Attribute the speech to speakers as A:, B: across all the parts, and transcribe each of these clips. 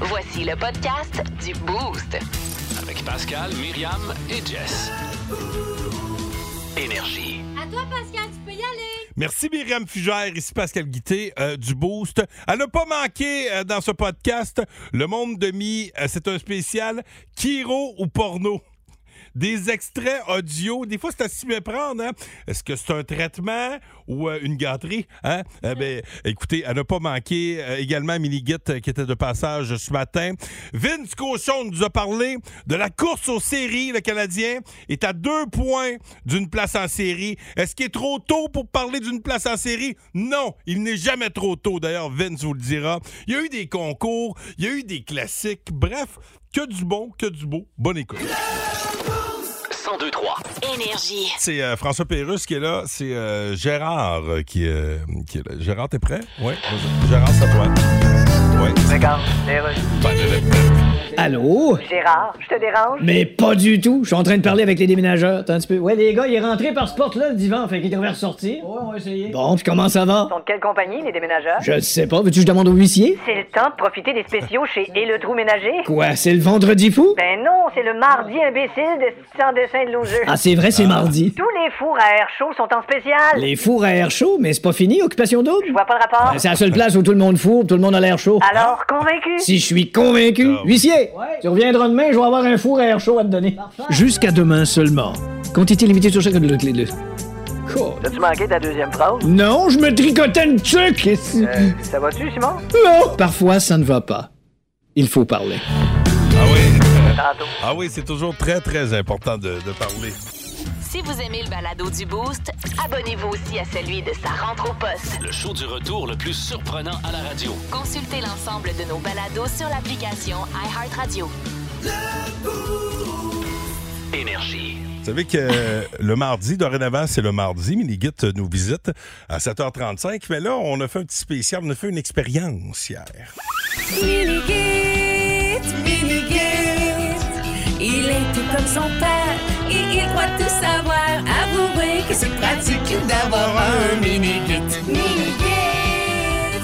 A: Voici le podcast du Boost.
B: Avec Pascal, Myriam et Jess. Énergie.
C: À toi, Pascal, tu peux y aller.
D: Merci Myriam Fugère, ici Pascal Guité euh, du Boost. À ne pas manquer euh, dans ce podcast, le monde de mi, euh, c'est un spécial Kiro ou porno. Des extraits audio, des fois c'est à s'y méprendre. hein. Est-ce que c'est un traitement ou euh, une gâterie? Hein? Eh ben, écoutez, à ne pas manquer euh, également Miniguit euh, qui était de passage ce matin. Vince Cochon nous a parlé de la course aux séries. Le Canadien est à deux points d'une place en série. Est-ce qu'il est trop tôt pour parler d'une place en série? Non, il n'est jamais trop tôt. D'ailleurs, Vince vous le dira. Il y a eu des concours, il y a eu des classiques. Bref, que du bon, que du beau. Bonne écoute.
B: 1023.
A: Énergie.
D: C'est euh, François Pérusse qui est là. C'est euh, Gérard euh, qui, euh, qui est là. Gérard, t'es prêt? Oui. Gérard, c'est à toi. Oui.
E: Allô?
F: Gérard, je te dérange?
E: Mais pas du tout. Je suis en train de parler avec les déménageurs. Attends un petit peu. Ouais, les gars, il est rentré par ce porte-là, le divan. Fait qu'il devrait ressortir. Ouais, on va essayer. Bon, puis comment ça va?
F: Sont de quelle compagnie, les déménageurs?
E: Je sais pas. Veux-tu que je demande au huissier?
F: C'est le temps de profiter des spéciaux chez Et le Trou Ménager?
E: Quoi? C'est le vendredi fou?
F: Ben non, c'est le mardi imbécile de ce sans dessin de l'oseux.
E: Ah, c'est vrai, c'est mardi.
F: Tous les fours à air chaud sont en spécial.
E: Les fours à air chaud, mais c'est pas fini, occupation
F: Je
E: double?
F: vois pas le rapport.
E: Ben, c'est la seule place où tout le monde fourre, tout le monde a l'air chaud.
F: Alors, convaincu?
E: Si je suis convaincu, huissier, tu reviendras demain, je vais avoir un four à air chaud à te donner. Jusqu'à demain seulement. Quantité limitée sur chacun de le clé de.
F: T'as-tu manqué ta deuxième phrase? Euh,
E: Non, je me tricotais une tuque!
F: ça va-tu, Simon?
E: Parfois, ça ne va pas. Il faut parler.
D: Ah oui.
F: Tantôt.
D: Ah oui, c'est toujours très, très important de, de parler.
A: Si vous aimez le balado du Boost, abonnez-vous aussi à celui de sa rentre au poste.
B: Le show du retour le plus surprenant à la radio.
A: Consultez l'ensemble de nos balados sur l'application iHeartRadio.
B: Énergie.
D: Vous savez que euh, le mardi, dorénavant, c'est le mardi. Minigit euh, nous visite à 7h35. Mais là, on a fait un petit spécial, on a fait une expérience hier.
G: Minigit, Minigit, il était comme son père et il croit tout savoir. Avouez que c'est pratique d'avoir un Minigit. Minigit,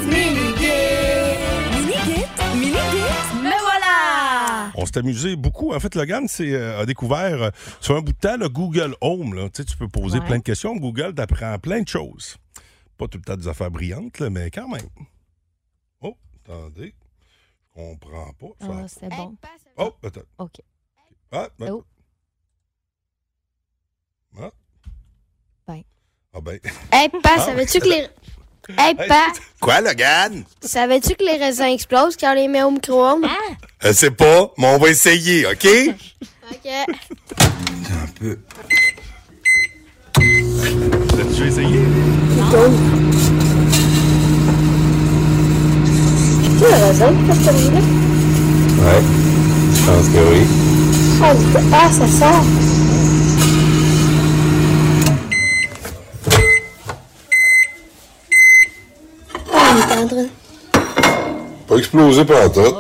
G: Minigit, Minigit, Minigit, me voilà!
D: On s'est amusé beaucoup. En fait, Logan c'est, euh, a découvert euh, sur un bout de temps le Google Home. Là. Tu sais, tu peux poser plein de questions. Google t'apprend plein de choses. Pas tout le temps des affaires brillantes, là, mais quand même. Oh, attendez. Je comprends pas. Ça-
H: Ah, c'est bon.
D: Oh, attends.
H: OK.
D: Ah, ben.
H: Oh.
D: Ah.
H: Ben.
D: Ah ben.
I: Hey, pa,
D: Ah,
I: savais-tu que les. Hey, pa,
J: Quoi, Logan?
I: savais-tu que les raisins explosent quand on les met au micro-ondes?
C: Hein?
J: Je sais Euh, pas, mais on va essayer, OK?
I: Ok.
D: Oh.
J: Un peu.
D: Je vais essayer.
J: Ouais, je pense que oui.
I: Ah, ça sort. Ah, il est en train-
J: Pas explosé par la tête.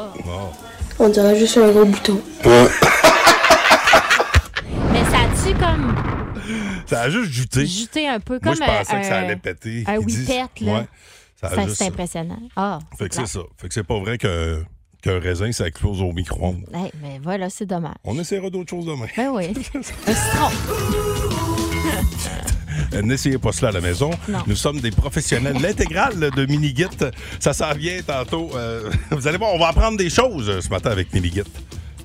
I: On dirait juste un gros bouton.
H: Mais ça a-tu comme
D: Ça a juste juté.
H: juté un peu
D: Moi,
H: comme euh,
D: je pensais
H: un-
D: que ça
H: un-
D: allait péter.
H: un
D: Ils disent-
H: whippet, là.
D: Ouais. Ça a
H: Ça,
D: juste-
H: c'est impressionnant. Ah,
D: Fait que c'est
H: plate.
D: ça. Fait que c'est pas vrai que- qu'un raisin, ça explose au micro-ondes.
H: Hey, mais voilà, c'est dommage.
D: On essaiera d'autres choses demain.
H: Ben oui. un citron.
D: Euh, N'essayez pas cela à la maison.
H: Non.
D: Nous sommes des professionnels. L'intégrale de Minigit, ça s'en vient tantôt. Euh, vous allez voir, on va apprendre des choses euh, ce matin avec Minigit.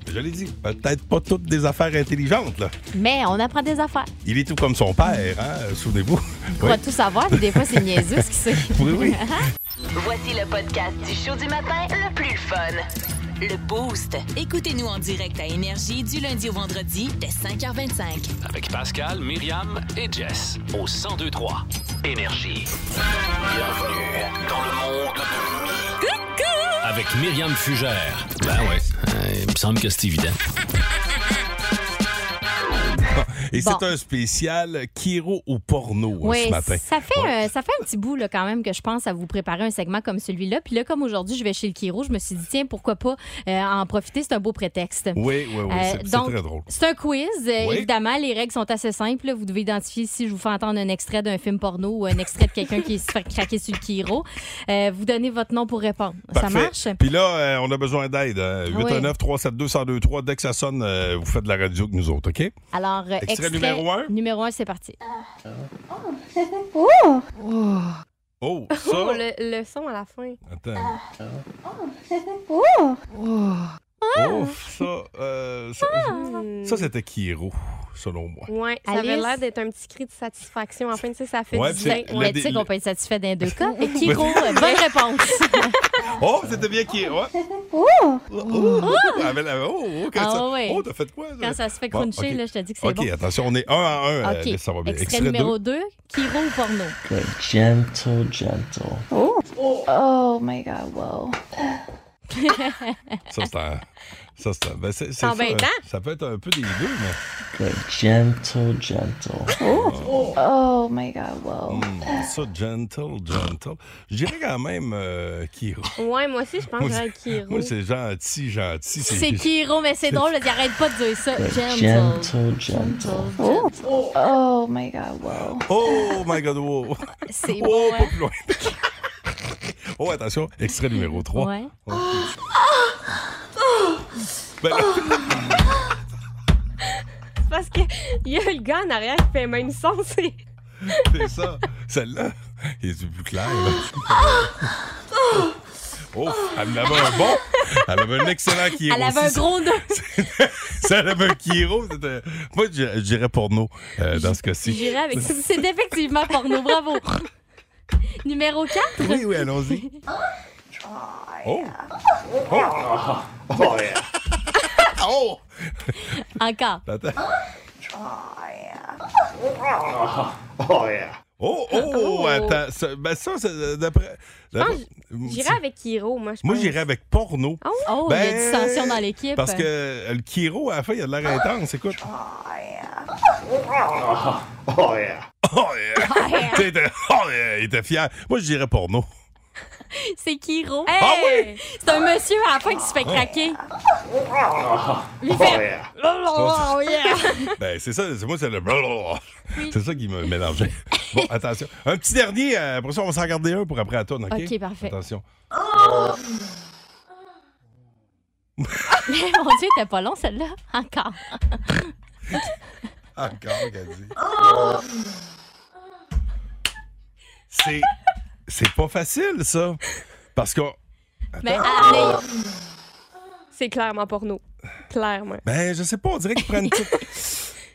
D: Je l'ai dit, peut-être pas toutes des affaires intelligentes. Là.
H: Mais on apprend des affaires.
D: Il est tout comme son père, hein? souvenez-vous.
H: On
D: Oui.
H: va tout savoir, puis des fois, c'est niaiseux ce qui c'est.
D: Oui, oui.
A: Voici le podcast du show du matin le plus fun. Le Boost. Écoutez-nous en direct à Énergie du lundi au vendredi dès 5h25.
B: Avec Pascal, Myriam et Jess. Au 1023. Énergie. Bienvenue dans le monde de Mi. avec Myriam Fugère. Ben ouais, euh, il me semble que c'est évident.
D: Et c'est un spécial Kiro au porno hein,
H: Oui,
D: ce matin.
H: ça fait, euh, ça fait un petit bout là, quand même que je pense à vous préparer un segment comme celui-là. Puis là, comme aujourd'hui, je vais chez le Kiro, je me suis dit, tiens, pourquoi pas euh, en profiter? C'est un beau prétexte. Euh,
D: Oui, oui, oui, c'est- c'est
H: donc,
D: très drôle.
H: C'est un quiz. Euh,
D: Oui.
H: Évidemment, les règles sont assez simples. là. Vous devez identifier si je vous fais entendre un extrait d'un film porno ou un extrait de quelqu'un qui se fait craquer sur le Kiro. Euh, vous donnez votre nom pour répondre. Ça
D: Parfait.
H: marche?
D: Puis là, euh, on a besoin d'aide. hein.
H: Ah Oui.
D: 819-372-1023. Dès que ça sonne, euh, vous faites de la radio que nous autres, OK?
H: Alors, euh,
D: Extrait numéro un?
H: Numéro un, c'est parti.
I: Oh!
D: Oh,
K: Oh,
D: ça.
K: le, le son à la fin.
D: Attends.
K: Oh!
D: Oh, ça. euh, ça,
H: Ah.
D: ça, c'était Kiro, selon moi.
K: Ouais, ça
H: Alice?
K: avait l'air d'être un petit cri de satisfaction. Enfin, tu sais, ça fait
D: Ouais,
K: du
D: puis
K: bien.
D: c'est- la
K: Ouais.
D: dé-
H: On peut être satisfait d'un deux cas. Et
D: Oui.
H: Kiro, euh, bonne réponse.
D: Oh, c'était bien Kiro. Ouais.
H: Oh!
D: Oh, avec la- oh, oh, quand
H: Ah
D: ça-
H: ouais.
D: oh, t'as fait quoi?
H: Quand ça se fait
D: Bon,
H: cruncher,
D: ok.
H: là, je te dis que c'est
D: OK,
H: bon.
D: attention, on est un à un. euh,
H: OK.
D: laisse, ça va bien.
H: Extrait, numéro
D: deux.
H: 2, Kiro ou porno?
L: Good. Gentle, gentle.
H: Oh!
I: Oh my god, wow.
D: Ça, c'est un. Ça, c'est un. ben, c'est- c'est
I: Ah,
D: ça,
I: ben,
D: hein.
I: tant.
D: ça peut être un peu des deux, mais.
L: Good. Gentle, gentle.
I: Oh! Oh my god, wow.
D: Hmm, ça, gentle, gentle. Je dirais quand même euh, Kiro.
K: Ouais, moi aussi, je pense
D: Moi,
K: que j'aurais
D: c'est-
K: Kiro.
D: Moi, c'est gentil, gentil.
H: C'est Kiro, mais c'est drôle, il arrête pas de dire ça.
L: Gentle,
H: Gentle.
L: gentle.
H: Oh!
I: Oh my god, wow.
D: Oh my god, wow.
H: C'est
D: oh,
H: beau,
D: pas plus loin. oh, attention, extrait numéro 3.
H: Ouais.
D: Ben,
H: Oh!
K: C'est parce que il y a le gars en arrière qui fait le même son. C'est.
D: c'est ça. Celle-là, il est plus clair. Oh, elle en avait un bon. Elle avait un excellent Kiro.
H: Elle avait un
D: Si ça-
H: gros nœud.
D: Si elle avait un Kiro, c'était. Moi, je je dirais porno euh, dans ce cas-ci.
H: J'irai avec ça. C'est effectivement porno, bravo. numéro 4?
D: Oui, oui, allons-y. Oh! Oh! Oh, yeah. Oh!
H: Encore.
D: Attends.
G: Oh,
D: Oh, oh, attends. Ça, ben ça, c'est d'après.
K: Je pense que j'irais avec Kiro, moi, je pense.
D: Moi, j'irais avec porno.
K: Ah oui?
H: Ah, Oh, il y a
D: Ben,
H: du tension dans l'équipe.
D: Parce que euh, le Kiro, à la fin, il a de l'air intense, écoute. Oh, yeah. Oh, yeah. Tu sais, oh, yeah, Il était fier. Moi, je dirais porno.
H: C'est Kiro.
D: Ah
H: oui! C'est un monsieur à la fin qui se fait craquer. Lui
D: Oh,
H: fait.
D: yeah.
H: Oh, yeah.
D: Ben, c'est ça, c'est moi, c'est le. blablabla. C'est ça qui me mélangeait. Bon, attention. Un petit dernier, euh, après ça, on va s'en garder un pour après la tourne, OK?
H: OK, parfait.
D: Attention.
H: Mais mon Dieu, t'es pas long celle-là. Encore.
D: Encore, Ah, qu'elle dit.
K: Oh!
D: C'est. C'est pas facile, ça. Parce que.
K: Mais
D: Attends. Oh!
K: allez. C'est clairement porno. Clairement.
D: Ben, je sais pas, on dirait qu'ils prennent tout.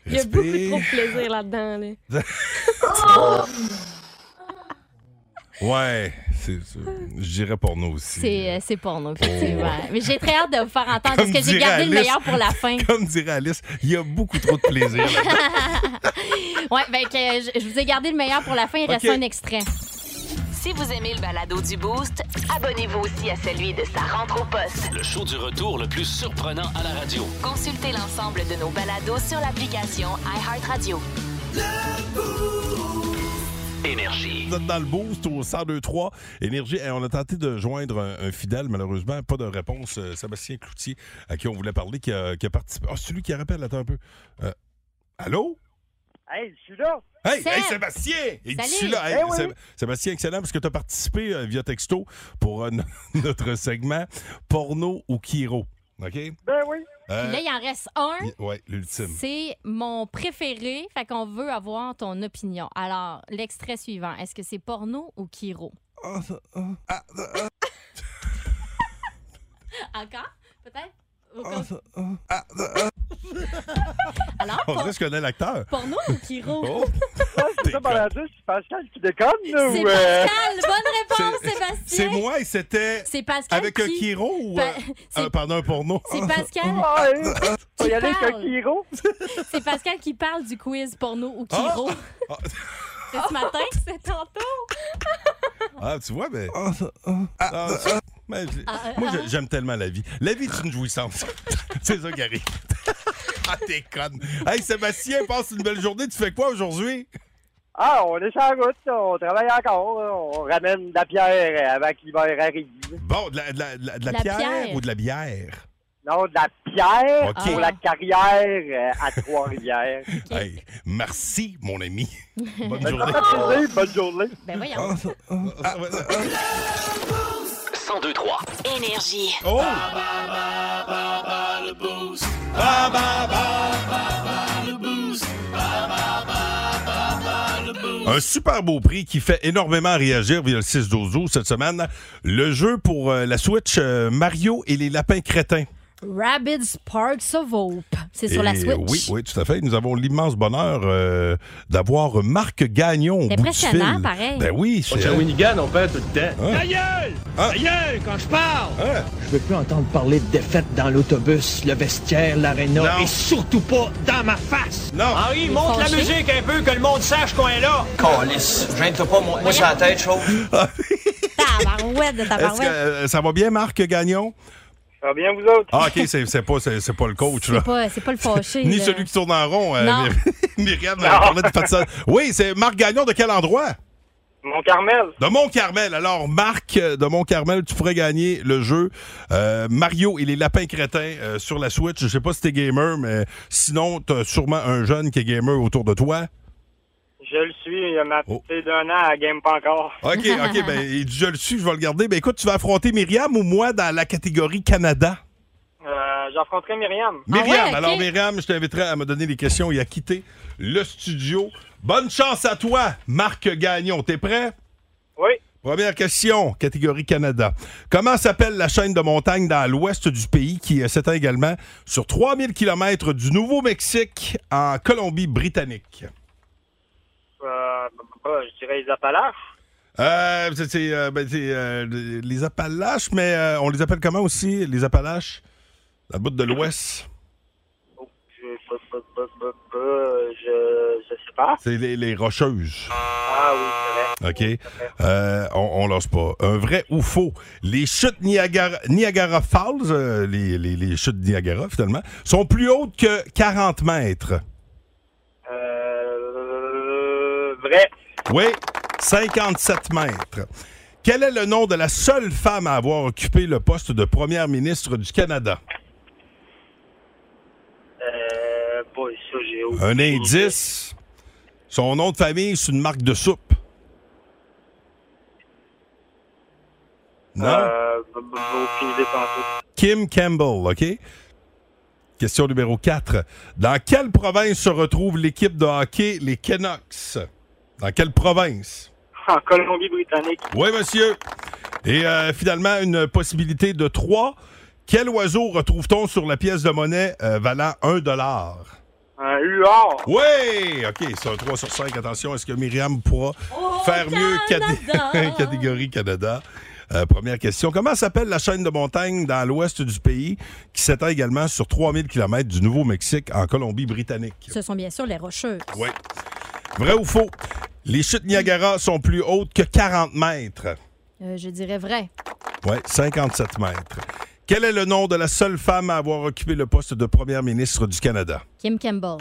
K: Il y a beaucoup trop de plaisir là-dedans. Là.
D: Ouais, c'est. c'est- Je dirais pour nous aussi.
H: C'est euh, c'est porno, effectivement. Mais j'ai très hâte de vous faire entendre parce que j'ai
D: dirait
H: gardé le
D: Alice-
H: meilleur pour la
K: euh,
H: fin.
D: Comme dirait Alice, il y a beaucoup trop de plaisir.
H: ouais, ben, que, euh, je, je vous ai gardé le meilleur pour la fin. Il reste
D: Ok.
H: un extrait.
A: Si vous aimez le balado du Boost, abonnez-vous aussi à celui de sa rentre au poste.
B: Le show du retour le plus surprenant à la radio.
A: Consultez l'ensemble de nos balados sur l'application iHeartRadio.
B: Énergie.
D: Vous êtes dans le boost au 1023 Énergie. Et on a tenté de joindre un, un fidèle, malheureusement, pas de réponse. Euh, Sébastien Cloutier, à qui on voulait parler, qui a, qui a participé. Ah, c'est celui qui rappelle, attends un peu. Euh, allô?
M: Hey, je suis là.
D: Hey, hey, Sébastien! Et
M: Salut!
D: d'ici là, hey,
M: Eh oui.
D: Séb- Sébastien, excellent, parce que tu as participé euh, via texto pour euh, no- notre segment Porno ou Kiro. OK? Euh,
M: Ben oui.
H: Puis là, il en reste un.
D: Ouais, l'ultime.
H: C'est mon préféré. Fait qu'on veut avoir ton opinion. Alors, l'extrait suivant. Est-ce que c'est porno ou Kiro? Encore? Peut-être? Ou
D: Ah,
H: comme- Alors,
D: On
H: por-
D: dirait que je connais l'acteur.
H: porno ou Kiro?
D: Oh.
M: C'est ça, balado, c'est Pascal qui déconne, là,
H: C'est
M: ou... euh,
H: Pascal! Bonne réponse, Sébastien!
D: C'est moi et c'était
H: C'est Pascal
D: avec un
H: qui- Ben,
D: Kiro ou
H: Pa-
D: euh, pardon, un porno?
H: C'est Pascal.
M: Ah, Faut y aller avec un
H: Kiro. C'est Pascal qui parle du quiz porno ou
D: Ah!
H: Kiro. C'est ce matin, c'est tantôt.
D: Ah, tu vois, ben. Ah, ah, ah. Mais je-
G: Ah, ah,
D: moi, je-
G: ah.
D: j'aime tellement la vie. La vie est une jouissance. C'est ça, Gary. ah, t'es conne. Hey, Sébastien, passe une belle journée. Tu fais quoi aujourd'hui?
M: Ah, on est sur la route, là, on travaille encore, là, on ramène de la pierre avant que l'hiver arrive.
D: Bon, de la, de la- de la- de la
M: La
D: pierre,
M: pierre.
D: ou de la bière?
M: Non, de la pierre
D: Ok.
M: pour la carrière euh, à Trois-Rivières.
D: Hey, merci, mon ami. Bonne
M: Ben,
D: journée.
M: ça fait plaisir, bonne journée.
H: Ben
D: Ah, ça- ah, ah, ouais, ah.
B: 1023.
A: Énergie.
D: Oh! Un super beau prix qui fait énormément réagir via le 6-12-12 cette semaine. Le jeu pour euh, la Switch euh, Mario et les lapins crétins.
H: Rabid Sparks of Hope. C'est sur la
D: Et,
H: Switch.
D: euh, Oui, oui, tout à fait. Nous avons l'immense bonheur euh, d'avoir Marc Gagnon. au bout du
H: Impressionnant,
D: fil.
H: pareil.
D: Ben oui, c'est.
N: Shawinigan, on perd tout le temps.
D: Ta
N: gueule! Ta gueule, quand je parle!
E: Je veux plus entendre parler de défaite dans l'autobus, le vestiaire, l'aréna et surtout pas dans ma face.
D: Non.
N: Henri, monte la musique un peu, que le monde sache qu'on est là.
E: Calice, gêne-toi pas, moi,
N: sur la
E: tête, chaud.
H: Tabarouette de
D: Est-ce que
H: tabarouette.
D: euh, ça va bien, Marc Gagnon?
M: Ça va bien, vous autres?
D: Ah, OK, c'est c'est pas, c'est- c'est pas le coach, là.
H: C'est pas, c'est pas le fâché.
D: Ni
H: là.
D: celui qui tourne en rond. euh,
H: Non.
D: Myri- Myriam elle parlait de personne. Oui, c'est Marc Gagnon de quel endroit?
M: Mont-Carmel.
D: De Mont-Carmel. Alors, Marc euh, de Mont-Carmel, tu pourrais gagner le jeu euh, Mario et les lapins crétins euh, sur la Switch. Je sais pas si t'es gamer, mais sinon, t'as sûrement un jeune qui est gamer autour de toi.
M: Je le suis, ma
D: Oh.
M: petite fille d'un an, elle game pas encore.
D: OK, OK, ben il dit, je le suis, je vais le garder. Ben écoute, tu vas affronter Myriam ou moi dans la catégorie Canada?
M: Euh, J'affronterai Myriam.
D: Myriam, alors Myriam, je t'inviterai à me donner les questions et à quitter le studio. Bonne chance à toi, Marc Gagnon. T'es prêt?
M: Oui.
D: Première question, catégorie Canada. Comment s'appelle la chaîne de montagne dans l'ouest du pays qui euh, s'étend également sur 3000 km du Nouveau-Mexique en Colombie-Britannique?
M: Euh, bah, je dirais les Appalaches.
D: Euh, c'est- c'est, euh, ben, c'est, euh, les Appalaches, mais euh, on les appelle comment aussi, les Appalaches? La bout de l'ouest.
M: Je, bah, bah, bah, bah, bah, je, je sais pas.
D: C'est les- les Rocheuses.
M: Ah oui, c'est vrai.
D: OK. Euh, on, on lâche pas. Un vrai ou faux? Les chutes Niagara, Niagara Falls, euh, les, les- les chutes Niagara, finalement, sont plus hautes que 40 mètres.
M: Euh, vrai.
D: Oui, 57 mètres. Quel est le nom de la seule femme à avoir occupé le poste de première ministre du Canada?
M: Euh, boy, ça, j'ai aucune
D: Un
M: idée.
D: indice. Son nom de famille, c'est une marque de soupe. Non?
M: Euh, bah, bah, aucune idée tantôt.
D: Kim Campbell, OK? Question numéro 4. Dans quelle province se retrouve l'équipe de hockey, les Canucks? Dans quelle province?
M: En Colombie-Britannique.
D: Oui, monsieur. Et euh, finalement, une possibilité de 3. Quel oiseau retrouve-t-on sur la pièce de monnaie euh, valant 1
M: Un huard.
D: Oui! OK, c'est un 3 sur 5. Attention, est-ce que Myriam pourra faire mieux
G: Canada!
D: cate- catégorie Canada? Euh, première question. Comment s'appelle la chaîne de montagne dans l'ouest du pays qui s'étend également sur 3000 km du Nouveau-Mexique en Colombie-Britannique?
H: Ce sont bien sûr les rocheuses.
D: Oui. Vrai ou faux? Les chutes Niagara sont plus hautes que 40 mètres.
H: Euh, je dirais vrai.
D: Oui, 57 mètres. Quel est le nom de la seule femme à avoir occupé le poste de première ministre du Canada?
H: Kim Campbell.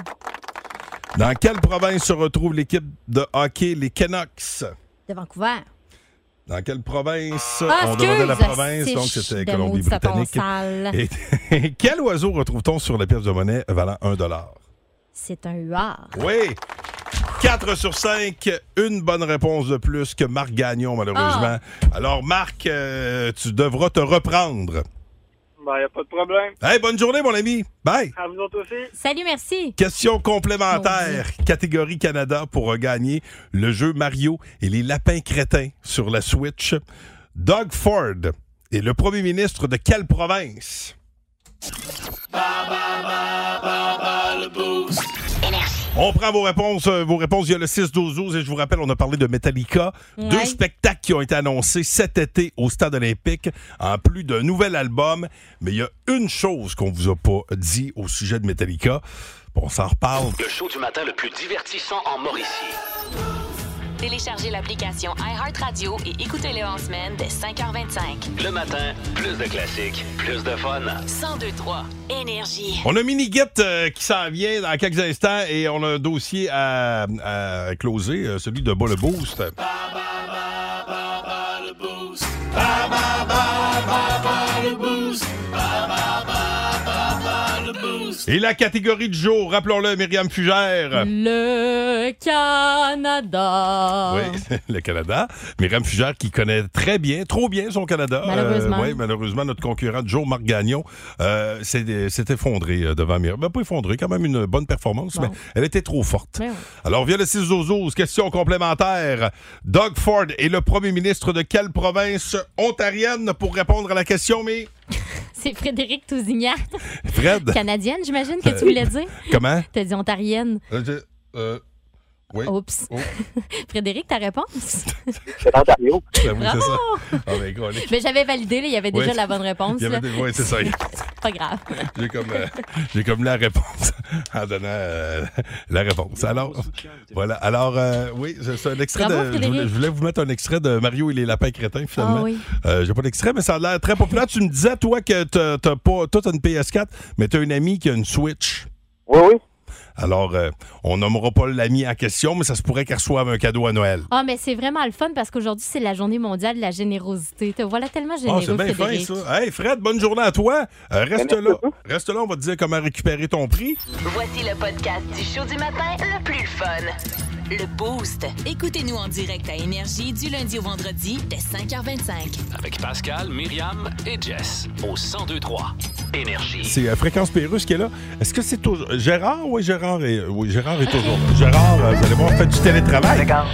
D: Dans quelle province se retrouve l'équipe de hockey, les Canucks?
H: De Vancouver.
D: Dans quelle province?
H: Ah,
D: Euh, on demandait la
H: excuse,
D: province,
H: c'est
D: donc
H: chi-
D: c'était
H: de
D: Colombie-Britannique.
H: maudit sapon
D: Et quel oiseau retrouve-t-on sur la pièce de monnaie valant 1
H: C'est un huard.
D: Oui! 4 sur 5, une bonne réponse de plus que Marc Gagnon, malheureusement.
H: Ah!
D: Alors, Marc, euh, tu devras te reprendre.
M: Ben, y a pas de problème.
D: Hey, bonne journée, mon ami! Bye!
M: À vous autres aussi.
H: Salut, merci.
D: Question complémentaire, catégorie Canada pour gagner le jeu Mario et les lapins crétins sur la Switch. Doug Ford est le premier ministre de quelle province? On prend vos réponses, euh, vos réponses via le 6-12-12 et je vous rappelle, on a parlé de Metallica.
O: Ouais.
D: Deux spectacles qui ont été annoncés cet été au Stade olympique, en plus d'un nouvel album. Mais il y a une chose qu'on vous a pas dit au sujet de Metallica. On s'en reparle.
B: Le show du matin le plus divertissant en Mauricie.
A: Téléchargez l'application iHeartRadio et écoutez-le en semaine dès 5h25.
B: Le matin, plus de classiques, plus de fun.
A: 1023 Énergie.
D: On a Miniguette euh, qui s'en vient dans quelques instants et on a un dossier à, à closer, euh, celui de Bas le Boost. Et la catégorie du jour, rappelons-le, Myriam Fugère.
H: Le Canada.
D: Oui, le Canada. Myriam Fugère qui connaît très bien, trop bien son Canada.
H: Malheureusement.
D: oui, malheureusement, notre concurrent Joe Marc Gagnon euh, s'est s'est effondré euh, devant Myriam. Ben, pas effondré, quand même une bonne performance, mais elle était trop forte.
H: Ben oui.
D: Alors, via le 6 12 question complémentaire. Doug Ford est le premier ministre de quelle province ontarienne pour répondre à la question, mais
H: C'est Frédéric Tousignac.
D: Fred?
H: Canadienne, j'imagine que tu voulais dire.
D: Comment?
H: T'as dit ontarienne.
D: Euh, je- euh, oui.
H: Oups.
D: Oh.
H: Frédéric, ta réponse?
D: C'est Ontario. Ben oui, c'est
H: Bravo!
D: ça. Ah, ben, gros, les-
H: Mais j'avais validé, là, il y avait déjà
D: Oui.
H: la bonne réponse.
D: Il y avait
H: là.
D: des- oui, c'est ça.
H: Pas grave.
D: J'ai comme, euh, j'ai comme la réponse en donnant euh, la réponse. Alors, voilà. Alors, euh, oui, c'est c'est un extrait
H: Bravo,
D: de. Je voulais,
H: Frédéric.
D: je voulais vous mettre un extrait de Mario et les lapins crétins, finalement.
H: Ah oui.
D: Euh, j'ai pas d'extrait, mais ça a l'air très populaire. tu me disais, toi, que t'as, t'as pas. Toi, t'as une PS4, mais t'as une amie qui a une Switch. Oui, oui. Alors, euh, on nommera pas l'ami en question, mais ça se pourrait qu'elle reçoive un cadeau à Noël.
H: Ah, mais c'est vraiment le fun parce qu'aujourd'hui, c'est la journée mondiale de la générosité. Te voilà tellement
D: Ah,
H: généreux,
D: c'est bien fin,
H: Frédéric.
D: ça. Hey, Fred, bonne journée à toi. Euh, reste là. Reste là, on va te dire comment récupérer ton prix.
A: Voici le podcast du show du matin le plus fun. Le Boost. Écoutez-nous en direct à Énergie du lundi au vendredi dès 5h25.
B: Avec Pascal, Myriam et Jess au 1023 Énergie.
D: C'est euh, Fréquence Pérusse qui est là. Est-ce que c'est toujours. Gérard, oui, Gérard est, oui, Gérard est toujours là. Gérard, euh, vous allez voir, fait du télétravail. D'accord.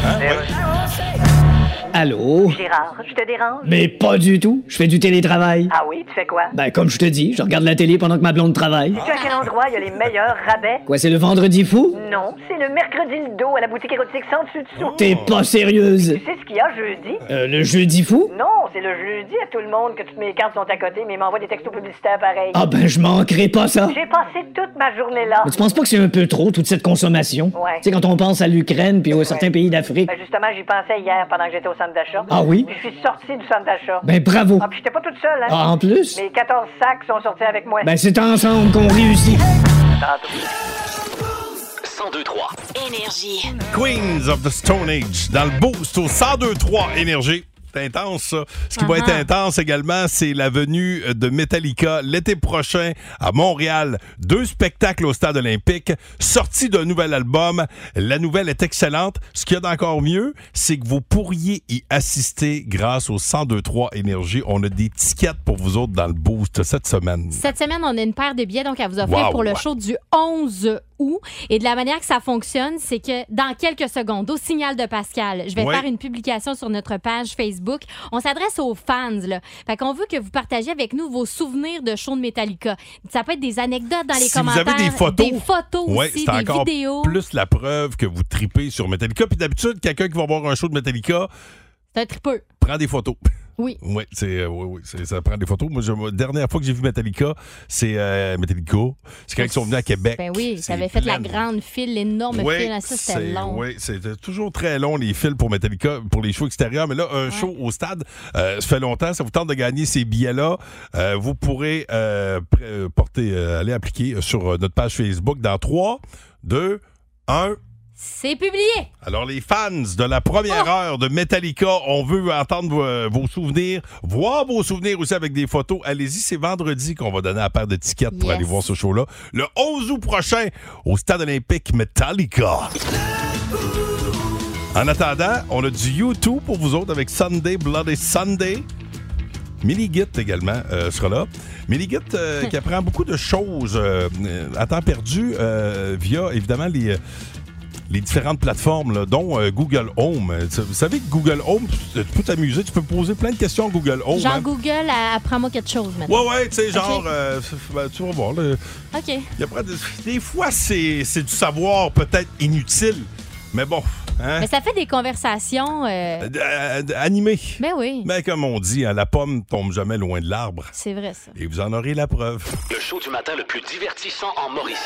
E: Allô?
F: Gérard, je te dérange?
E: Mais pas du tout. Je fais du télétravail.
F: Ah oui, tu fais quoi?
E: Ben, comme je te dis, je regarde la télé pendant que ma blonde travaille.
F: Tu à quel endroit il y a les meilleurs rabais?
E: Quoi, c'est le vendredi fou?
F: Non, c'est le mercredi le dos à la boutique érotique sans dessus dessous.
E: T'es pas sérieuse.
F: Tu sais ce qu'il y a jeudi?
E: Euh, le jeudi fou?
F: Non, c'est le jeudi à tout le monde que toutes mes cartes sont à côté, mais ils m'envoient des textos publicitaires pareils.
E: Ah ben, je manquerai pas ça.
F: J'ai passé toute ma journée là.
E: Mais tu penses pas que c'est un peu trop, toute cette consommation?
F: Ouais.
E: Tu sais, quand on pense à l'Ukraine puis aux certains pays d'Afrique.
F: Ben justement, j'y pensais hier pendant que j'étais au centre d'achat.
E: Ah oui?
F: Puis je suis sortie du centre d'achat.
E: Ben, bravo.
F: Ah, puis j'étais pas toute seule, hein?
E: Ah, en plus?
F: Mes 14 sacs sont sortis avec moi.
E: Ben, c'est ensemble qu'on réussit.
B: 1023
A: Énergie.
D: Queens of the Stone Age, dans le boost au 1023 Énergie. C'est intense, ça. Ce qui va
O: Ah-ha.
H: Ah
D: être intense également, c'est la venue de Metallica l'été prochain à Montréal. Deux spectacles au Stade olympique, sortie d'un nouvel album. La nouvelle est excellente. Ce qu'il y a d'encore mieux, c'est que vous pourriez y assister grâce au 1023 Énergie. On a des tickets pour vous autres dans le boost cette semaine.
H: Cette semaine, on a une paire de billets donc à vous offrir
D: Wow.
H: pour le show du 11 août. Et de la manière que ça fonctionne, c'est que dans quelques secondes, au signal de Pascal, je vais
P: Ouais.
H: faire une publication sur notre page Facebook. On s'adresse aux fans. Là. Fait qu'on veut que vous partagiez avec nous vos souvenirs de shows de Metallica. Ça peut être des anecdotes dans les
D: si vous
H: commentaires.
D: avez des photos,
H: Des photos
D: ouais,
H: aussi,
D: c'est
H: des
D: encore
H: vidéos.
D: plus la preuve que vous tripez sur Metallica. Puis d'habitude, quelqu'un qui va voir un show de Metallica
H: C'est un tripeux.
D: prend des photos.
H: Oui.
D: Oui, c'est, euh, oui, oui, c'est- ça prend des photos. Moi, je- la dernière fois que j'ai vu Metallica, c'est euh, Metallica. C'est quand ils sont venus à Québec.
H: Ben oui, ça
D: C'est
H: avait fait la
D: plein de-
H: grande file, l'énorme
D: Oui,
H: file. hein, Ça, c'était
D: c'est-
H: long.
D: oui, c'était toujours très long, les fils pour Metallica, pour les shows extérieurs. Mais là, un show au stade, euh, ça fait longtemps. Ça vous tente de gagner ces billets-là. Euh, vous pourrez euh, pr- euh, porter, euh, aller appliquer sur euh, notre page Facebook dans 3, 2, 1.
H: C'est publié.
D: Alors, les fans de la première heure de Metallica, on veut entendre vos, vos souvenirs, voir vos souvenirs aussi avec des photos. Allez-y, c'est vendredi qu'on va donner la paire de tickets pour
H: Yes.
D: aller voir ce show-là. Le 11 août prochain, au Stade olympique Metallica. En attendant, on a du U2 pour vous autres avec Sunday, Bloody Sunday. Millie Gitt également euh, sera là. Millie Gitt euh, qui apprend beaucoup de choses euh, euh, à temps perdu euh, via évidemment les, euh, les différentes plateformes, là, dont euh, Google Home. Euh, tu- Vous savez que Google Home, tu tu peux t'amuser, tu peux poser plein de questions à Google Home.
H: Genre
D: hein.
H: Google, euh, apprends-moi quelque chose maintenant.
D: Ouais, ouais, tu sais, genre,
H: Ok.
D: euh, ben, tu vas voir. là.
H: OK.
D: Il y a pas de- des fois, c'est c'est du savoir peut-être inutile, mais bon. hein.
H: Mais ça fait des conversations. euh,
D: Euh, euh, animé.
H: Ben oui.
D: Mais comme on dit, hein, la pomme tombe jamais loin de l'arbre.
H: C'est vrai, ça.
D: Et vous en aurez la preuve.
B: Le show du matin le plus divertissant en Mauricie.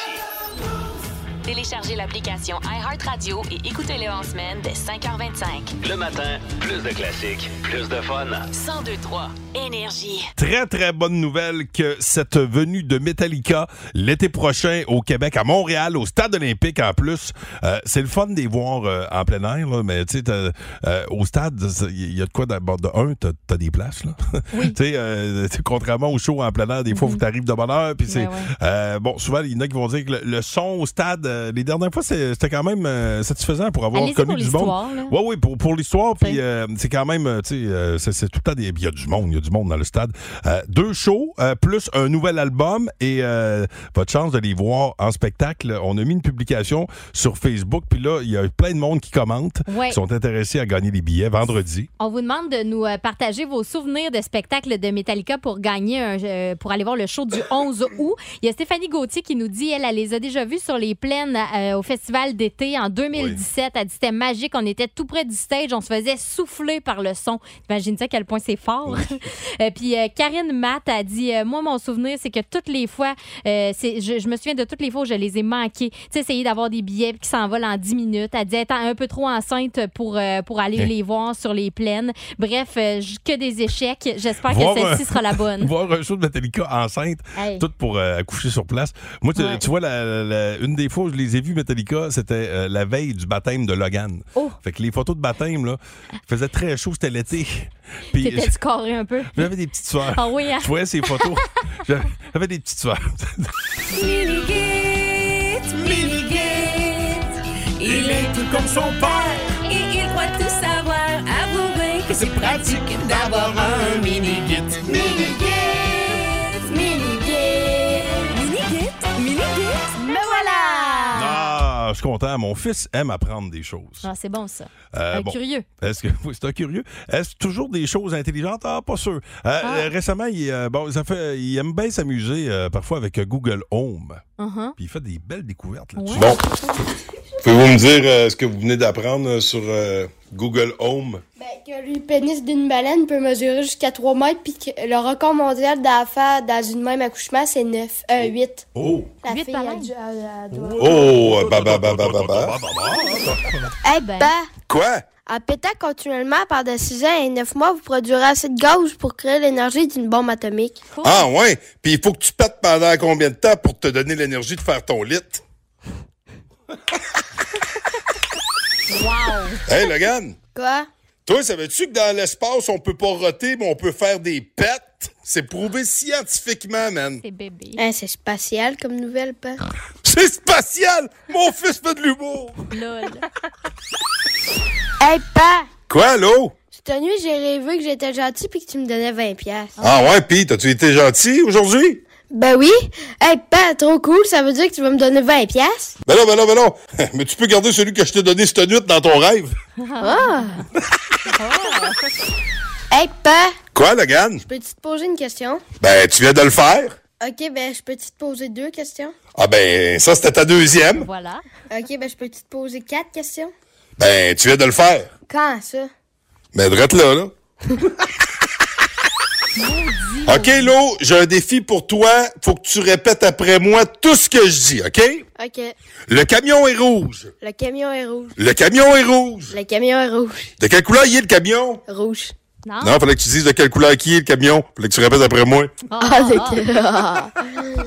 A: Téléchargez l'application iHeartRadio et écoutez-le en semaine dès 5h25.
B: Le matin, plus de classiques, plus de fun.
A: 1023 Énergie.
D: Très, très bonne nouvelle que cette venue de Metallica l'été prochain au Québec, à Montréal, au Stade olympique en plus, euh, c'est le fun de les voir euh, en plein air, là, mais tu sais, t'as, euh, au stade, c'est- il y a de quoi d'abord de un, t'as as des places. Là. tu sais, euh, tu sais, contrairement au show en plein air, des fois, vous t'arrives de bonne heure. Puis c'est,
O: Mm-hmm. Ben ouais.
D: euh, bon, souvent, il y en a qui vont dire que le, le son au stade, euh, les dernières fois, c'est- c'était quand même euh, satisfaisant pour avoir
O: Allez-y
D: connu
O: pour
D: du monde.
O: l'histoire, là.
D: Ouais, oui, pour, pour l'histoire, puis euh, c'est quand même, euh, tu sais, euh, c'est c'est tout le temps des. Il y a du monde, il y a du monde dans le stade. Euh, deux shows, euh, plus un nouvel album et euh, votre chance de les voir en spectacle. On a mis une publication sur Facebook, puis là, il y a plein de monde qui commente,
H: Ouais.
D: qui sont intéressés à gagner des billets vendredi.
H: On vous demande de nous euh, partager vos souvenirs de spectacles de Metallica pour gagner un, euh, pour aller voir le show du 11 août. Il y a Stéphanie Gauthier qui nous dit elle, elle les a déjà vus sur les plaines euh, au festival d'été en 2017. Elle dit c'était magique, on était tout près du stage, on se faisait souffler par le son. Imagine ça à quel point c'est fort. Euh, Puis euh, Karine Matt a dit euh, moi mon souvenir c'est que toutes les fois euh, c'est- je, je me souviens de toutes les fois où je les ai manqués. Tu sais essayer d'avoir des billets qui s'envolent en 10 minutes. Elle dit être un peu trop enceinte pour euh, pour aller
D: Hein.
H: les voir sur les plaines. Bref, euh, j- que des échecs. J'espère
D: Voir
H: que
D: un-
H: celle-ci sera la bonne.
D: voir un show de Metallica enceinte,
H: Hey.
D: tout pour euh, accoucher sur place. Moi, tu,
H: Ouais.
D: tu vois, la- la- la- une des fois où je les ai vus, Metallica, c'était euh, la veille du baptême de Logan.
H: Oh.
D: Fait que les photos de baptême, là, il faisait très chaud, c'était l'été. Puis
H: T'étais
D: je-
H: du carré un peu.
D: j'avais des petites soeurs.
H: Ah oui, hein?
D: Je voyais ces photos. J'avais j'avais des petites soeurs.
G: Minigit, Minigit, il est tout comme son père et il croit tout savoir. Avouez que c'est pratique d'avoir un Minigit. Minigit, Minigit, Minigit, Minigit, me voilà!
D: Ah, je suis content. Mon fils aime apprendre des choses.
H: Ah, c'est bon ça.
D: Euh,
H: Un
D: bon.
H: curieux.
D: Est-ce que oui, c'est un curieux Est-ce toujours des choses intelligentes Ah, pas sûr. Euh, euh, Récemment, il, euh, bon, ça fait, il aime bien s'amuser euh, parfois avec euh, Google Home.
H: Uh-huh.
D: Puis il fait des belles découvertes là-dessus.
J: Bon. Pouvez-vous me dire euh, ce que vous venez d'apprendre euh, sur euh, Google Home?
P: Ben, Que le pénis d'une baleine peut mesurer jusqu'à 3 mètres, puis que le record mondial d'affaires dans une même accouchement, c'est 9, euh, 8.
D: Oh!
P: La fille, elle, dû- euh, elle- elle doit...
J: Oh, euh, ba ba ba ba ba ba.
P: Eh ben,
J: Quoi?
P: en pétant continuellement pendant 6 ans et 9 mois, vous produirez assez de gaz pour créer l'énergie d'une bombe atomique.
J: Ah ouais, puis il faut que tu pètes pendant combien de temps pour te donner l'énergie de faire ton lit?
H: Wow!
J: Hey Logan,
P: Quoi?
J: toi savais-tu que dans l'espace on peut pas roter mais on peut faire des pets? C'est prouvé scientifiquement, man.
H: C'est bébé.
P: Hein, c'est spatial comme nouvelle, pas?
J: C'est spatial! Mon fils fait de l'humour!
H: Lol.
P: hey, pa!
J: Quoi, l'eau?
P: Cette nuit, j'ai rêvé que j'étais gentil puis que tu me donnais 20 pièces.
J: Ah ouais, pis t'as-tu été gentil aujourd'hui?
P: Ben oui. Hey, pa, trop cool, ça veut dire que tu vas me donner 20 pièces?
J: Ben non, ben non, ben non! mais tu peux garder celui que je t'ai donné cette nuit dans ton rêve!
P: Ah!
H: Ah.
P: hey, pa!
J: Quoi, Logan?
P: Je Ah. Eh, peux-tu te poser une question?
J: Ben, tu viens de le faire?
P: OK, ben, je peux-tu te poser deux questions?
J: Ah ben, ça c'était ta deuxième.
H: Voilà.
P: OK, ben, je peux-tu te poser quatre questions?
J: Ben, tu viens de le faire.
P: Quand, ça?
J: Mais Ben, drette là, là. OK, Lo, j'ai un défi pour toi. Faut que tu répètes après moi tout ce que je dis, OK?
P: OK.
J: Le camion est rouge.
P: Le camion est rouge.
J: Le camion est rouge.
P: Le camion est rouge.
J: De quelle couleur il est le camion?
P: Rouge.
H: Ah.
J: Non, fallait que tu dises de quelle couleur qui est le camion. Fallait que tu répètes après moi.
P: Ah, c'est que-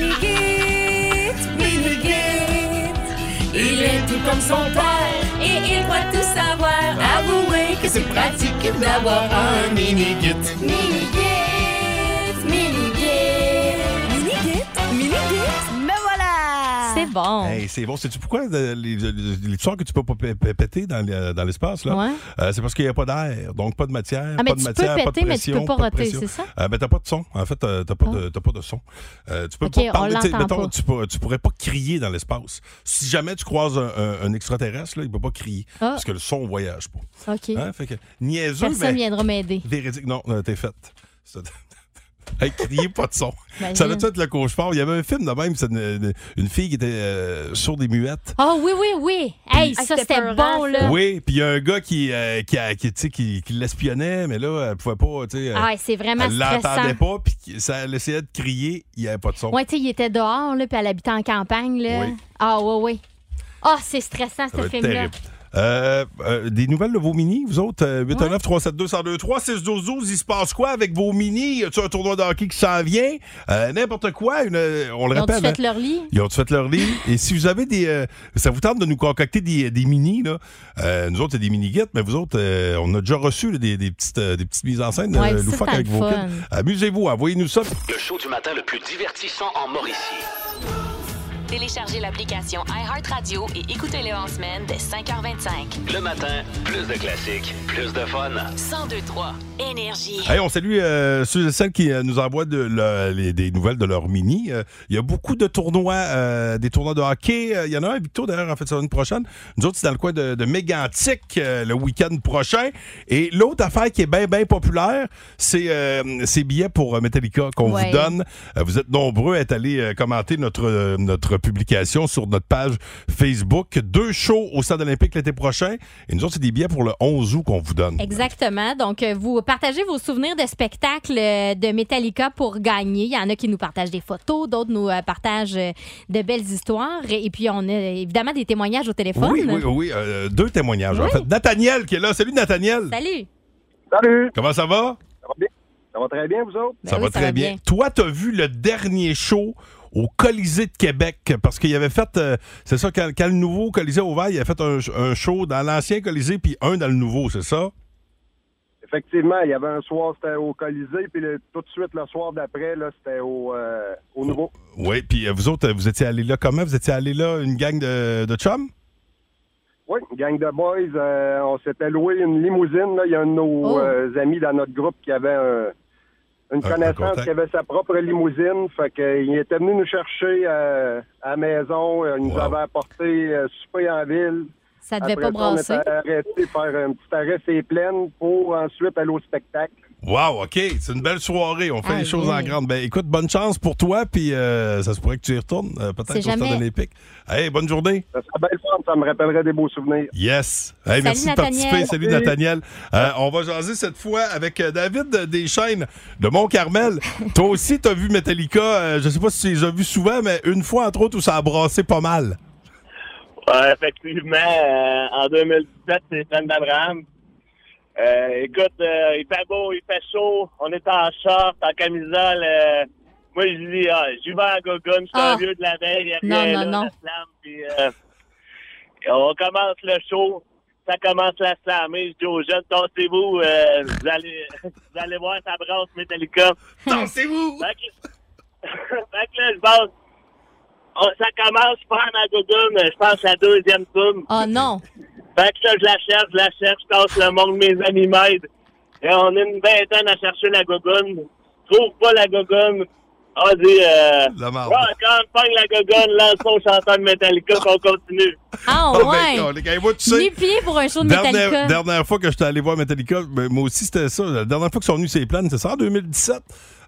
G: Minigit, Minigit, il est tout comme son père et il croit tout savoir. Avouez que c'est pratique d'avoir un Minigit. Minigit, Minigit, Minigit, Minigit, me voilà!
H: C'est bon.
D: Hey, c'est bon. Sais-tu pourquoi euh, les- les- l'histoire que tu peux pas p- p- péter dans le- dans l'espace, là?
H: Ouais.
D: Euh, c'est parce qu'il n'y a pas d'air, donc pas de matière,
H: Ah, mais
D: pas de
H: tu peux
D: matière, pas de
H: péter, mais tu
D: pression,
H: peux pas
D: de
H: roter,
D: pression.
H: c'est ça?
D: Euh, ben, t'as pas de son. En fait, euh, t'as pas, de- t'as pas de son. Euh, tu
H: Ah.
D: peux
H: Ok,
D: pas
H: on
D: parler, tu sais,
H: l'entend
D: mettons,
H: pas.
D: Tu, pourrais- tu pourrais pas crier dans l'espace. Si jamais tu croises un, un- un extraterrestre, là, il peut pas crier,
H: Ah.
D: parce que le son voyage pas.
H: OK.
D: Hein? Fait que, niaiseux,
H: Personne
D: mais
H: viendra m'aider.
D: véridique. Non, euh, t'es faite. C'est- Hey, criez pas de son.
H: Imagine.
D: Ça doit être le cauchemar. Il y avait un film de même, c'est une, une fille qui était euh, sourde et muette.
H: Ah oui, oui, oui. Hey,
K: Ah,
H: ça,
K: c'était
H: c'était
K: peurant,
H: bon,
K: ça.
H: là.
D: Oui, puis il y a un gars qui, euh, qui, a- qui, tu sais, qui- qui l'espionnait, mais là, elle pouvait pas, tu sais.
H: Ah, ouais, c'est vraiment
D: Elle l'entendait
H: stressant.
D: pas, puis qui- ça elle essayait de crier, il n'y avait pas de son.
H: Ouais, tu sais, il était dehors, là, puis elle habitait en campagne, là.
D: Oui.
H: Ah, ouais, ouais. Ah, c'est stressant,
D: Ça va
H: ce
D: être
H: film-là.
D: terrible. Euh, euh, des nouvelles de vos mini, vous autres? Euh, 819 372 1023 6 12 12 il se passe quoi avec vos mini? Y a-tu un tournoi de hockey qui s'en vient? Euh, N'importe quoi, une, euh, on le
H: Ils ont-tu
D: rappelle.
H: fait
D: hein.
H: leur lit?
D: Ils ont fait leur lit. Et si vous avez des. euh, ça vous tente de nous concocter des, des mini, là. euh, nous autres, c'est des mini-guettes, mais vous autres, euh, on a déjà reçu là, des, des petites, euh, des petites mises en scène
B: Ouais,
D: euh,
B: ça,
D: loufoques
B: c'est
D: avec
B: le
D: vos
B: fun.
D: kids. Amusez-vous, envoyez-nous ça.
B: Le show du matin le plus divertissant en Mauricie.
A: Téléchargez l'application iHeartRadio et écoutez-le en semaine dès 5h25.
B: Le matin, plus de classiques, plus de fun.
A: 1023 Énergie.
D: Hey, on salue euh, ceux et celles qui euh, nous envoient de, le- les- des nouvelles de leur mini. Euh, Il y a beaucoup de tournois, euh, des tournois de hockey. Euh, Il y en a un, Victo, d'ailleurs, en fait, la semaine prochaine. Nous autres, c'est dans le coin de, de Mégantic euh, le week-end prochain. Et l'autre affaire qui est bien, bien populaire, c'est euh, ces billets pour euh, Metallica qu'on
O: Ouais.
D: vous donne. Euh, Vous êtes nombreux à être allés euh, commenter notre, euh, notre publication sur notre page Facebook. Deux shows au Stade olympique l'été prochain. Et nous autres, c'est des billets pour le 11 août qu'on vous donne.
H: Exactement. Donc, euh, vous partagez vos souvenirs de spectacles euh, de Metallica pour gagner. Il y en a qui nous partagent des photos, d'autres nous euh, partagent euh, de belles histoires. Et et puis, on a évidemment des témoignages au téléphone.
D: Oui, oui, oui. euh, deux témoignages, en fait. Nathaniel qui est là. Salut, Nathaniel.
H: Salut.
D: Salut. Comment ça va?
M: Ça va bien? Ça va très bien, vous autres?
D: ça va très bien. Toi, t'as vu le dernier show au Colisée de Québec parce qu'il avait fait, euh, c'est ça, quand, quand le nouveau Colisée a ouvert, il avait fait un, un show dans l'ancien Colisée puis un dans le nouveau, c'est ça?
M: Effectivement, il y avait un soir, c'était au Colisée, puis le- tout de suite, le soir d'après, là, c'était au, euh, au Nouveau.
D: Oui, puis euh, vous autres, euh, vous étiez allés là comment? Vous étiez allés là, une gang de, de chums?
M: Oui, une gang de boys, euh, on s'était loué une limousine. Là. Il y a un de
H: Oh!
M: nos euh, amis dans notre groupe qui avait un-
D: Un-
M: une
D: un
M: connaissance
D: contact.
M: qui avait sa propre limousine. Fait que, euh, il était venu nous chercher euh, à la maison. Il nous avait apporté euh, souper en ville.
H: Ça devait
M: Après
H: pas
M: On
H: brasser.
M: était arrêté faire un petit arrêt c'est pleine pour ensuite aller au spectacle.
D: Wow, OK, c'est une belle soirée. On fait les choses en grande. Ben, écoute, bonne chance pour toi, puis euh, ça se pourrait que tu y retournes, euh, peut-être
M: C'est
D: au Stade
M: jamais-
D: olympique. Hey, bonne journée.
M: Ça serait belle fun, ça me rappellerait des beaux souvenirs.
D: Yes. Hey,
M: Salut,
D: merci de
M: Nathaniel.
D: participer. Salut,
M: Salut.
D: Nathaniel. Euh, on va jaser cette fois avec euh, David Deschaines de Mont-Carmel. Toi aussi, t'as vu Metallica. euh, je sais pas si tu les as vus souvent, mais une fois, entre autres, où ça a brassé pas mal.
Q: Ouais, effectivement, euh, en 2017, c'est Stéphane d'Abraham. Euh, écoute, euh, il fait beau, il fait chaud, on est en short, en camisole. euh, moi, je dis, ah, j'y vais à Gogun, je suis
H: Ah.
Q: un vieux de la veille, il y a
H: Non,
Q: rien,
H: non,
Q: là,
H: non.
Q: la slam, puis, euh, et on commence le show, ça commence la slammer, je dis aux jeunes, dansez-vous, euh, vous, allez, vous allez voir, ça brasse Metallica.
D: Dansez-vous!
Q: Fait que, fait que là, je pense, oh, ça commence, je prends ma gougoune, je pense la deuxième tourne.
F: Ah.
H: Oh non!
Q: Fait que là, je la cherche, je la cherche, je casse le monde, mes amis m'aident. Et on est une vingtaine à chercher la gogoune. Trouve pas la gogoune. On dit, euh,
D: La marde.
Q: ouais, quand on pogne la gogoune, lance ton chanteur de Metallica, qu'on continue.
H: Ah,
D: Oh, ben,
H: ouais!
D: on est- hey, moi, tu sais-
H: Nu pieds pour un show de Metallica.
D: Dernière, dernière fois que j'étais allé voir Metallica, ben, moi aussi c'était ça. La dernière fois qu'ils sont venus ces planes, c'est ça en 2017.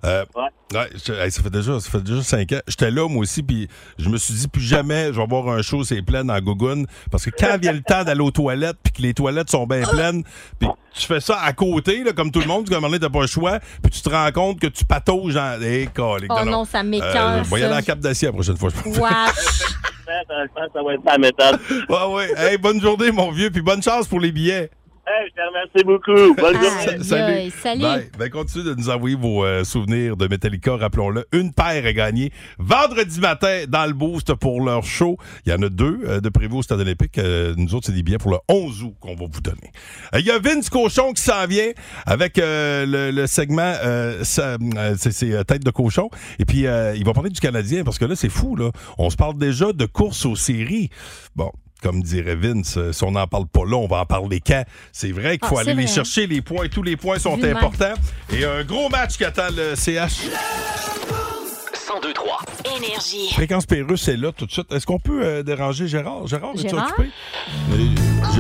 D: Euh, ouais, je- hey, ça fait déjà, ça fait déjà cinq ans. J'étais là moi aussi, puis je me suis dit plus jamais je vais voir un show ces plaines en Gogun parce que quand vient le temps d'aller aux toilettes, puis que les toilettes sont bien pleines, puis tu fais ça à côté, là, comme tout le monde, parce qu'à un moment donné, t'as pas le choix, puis tu te rends compte que tu patauges en. Hey, calique,
H: Oh non, ça m'écoeure,
D: Euh, je vais y aller
H: ça.
D: en cap d'acier la prochaine fois. je pense.
H: Wesh.
Q: euh, Je pense que ça va être ça, la méthode.
D: Ouais, ouais. Hey, bonne journée, mon vieux, puis bonne chance pour les billets.
Q: Hey, je te remercie beaucoup. Bonne
F: Ah,
D: Sa-
Q: journée.
D: Salut. Bye. Ben, continuez de nous envoyer vos euh, souvenirs de Metallica. Rappelons-le, une paire à gagner vendredi matin dans le Boost pour leur show. Il y en a deux euh, de prévu au Stade olympique. Euh, nous autres, c'est des billets pour le 11 août qu'on va vous donner. Euh, Il y a Vince Cochon qui s'en vient avec euh, le, le segment euh, sa- euh, c'est c'est, euh, Tête de cochon. Et puis, euh, il va parler du Canadien parce que là, c'est fou. Là. On se parle déjà de course aux séries. Bon. Comme dirait Vince, euh, si on n'en parle pas là, on va en parler quand. C'est vrai qu'il faut
O: Ah,
D: aller
O: c'est
D: les
O: vrai.
D: chercher, les points. Tous les points sont
O: Vu de même.
D: importants. Et un gros match qu'attend le CH.
B: 1023
A: Énergie.
D: Fréquence Pérusse est là tout de suite. Est-ce qu'on peut euh, déranger Gérard? Gérard, es-tu
H: Gérard?
D: occupé? Euh,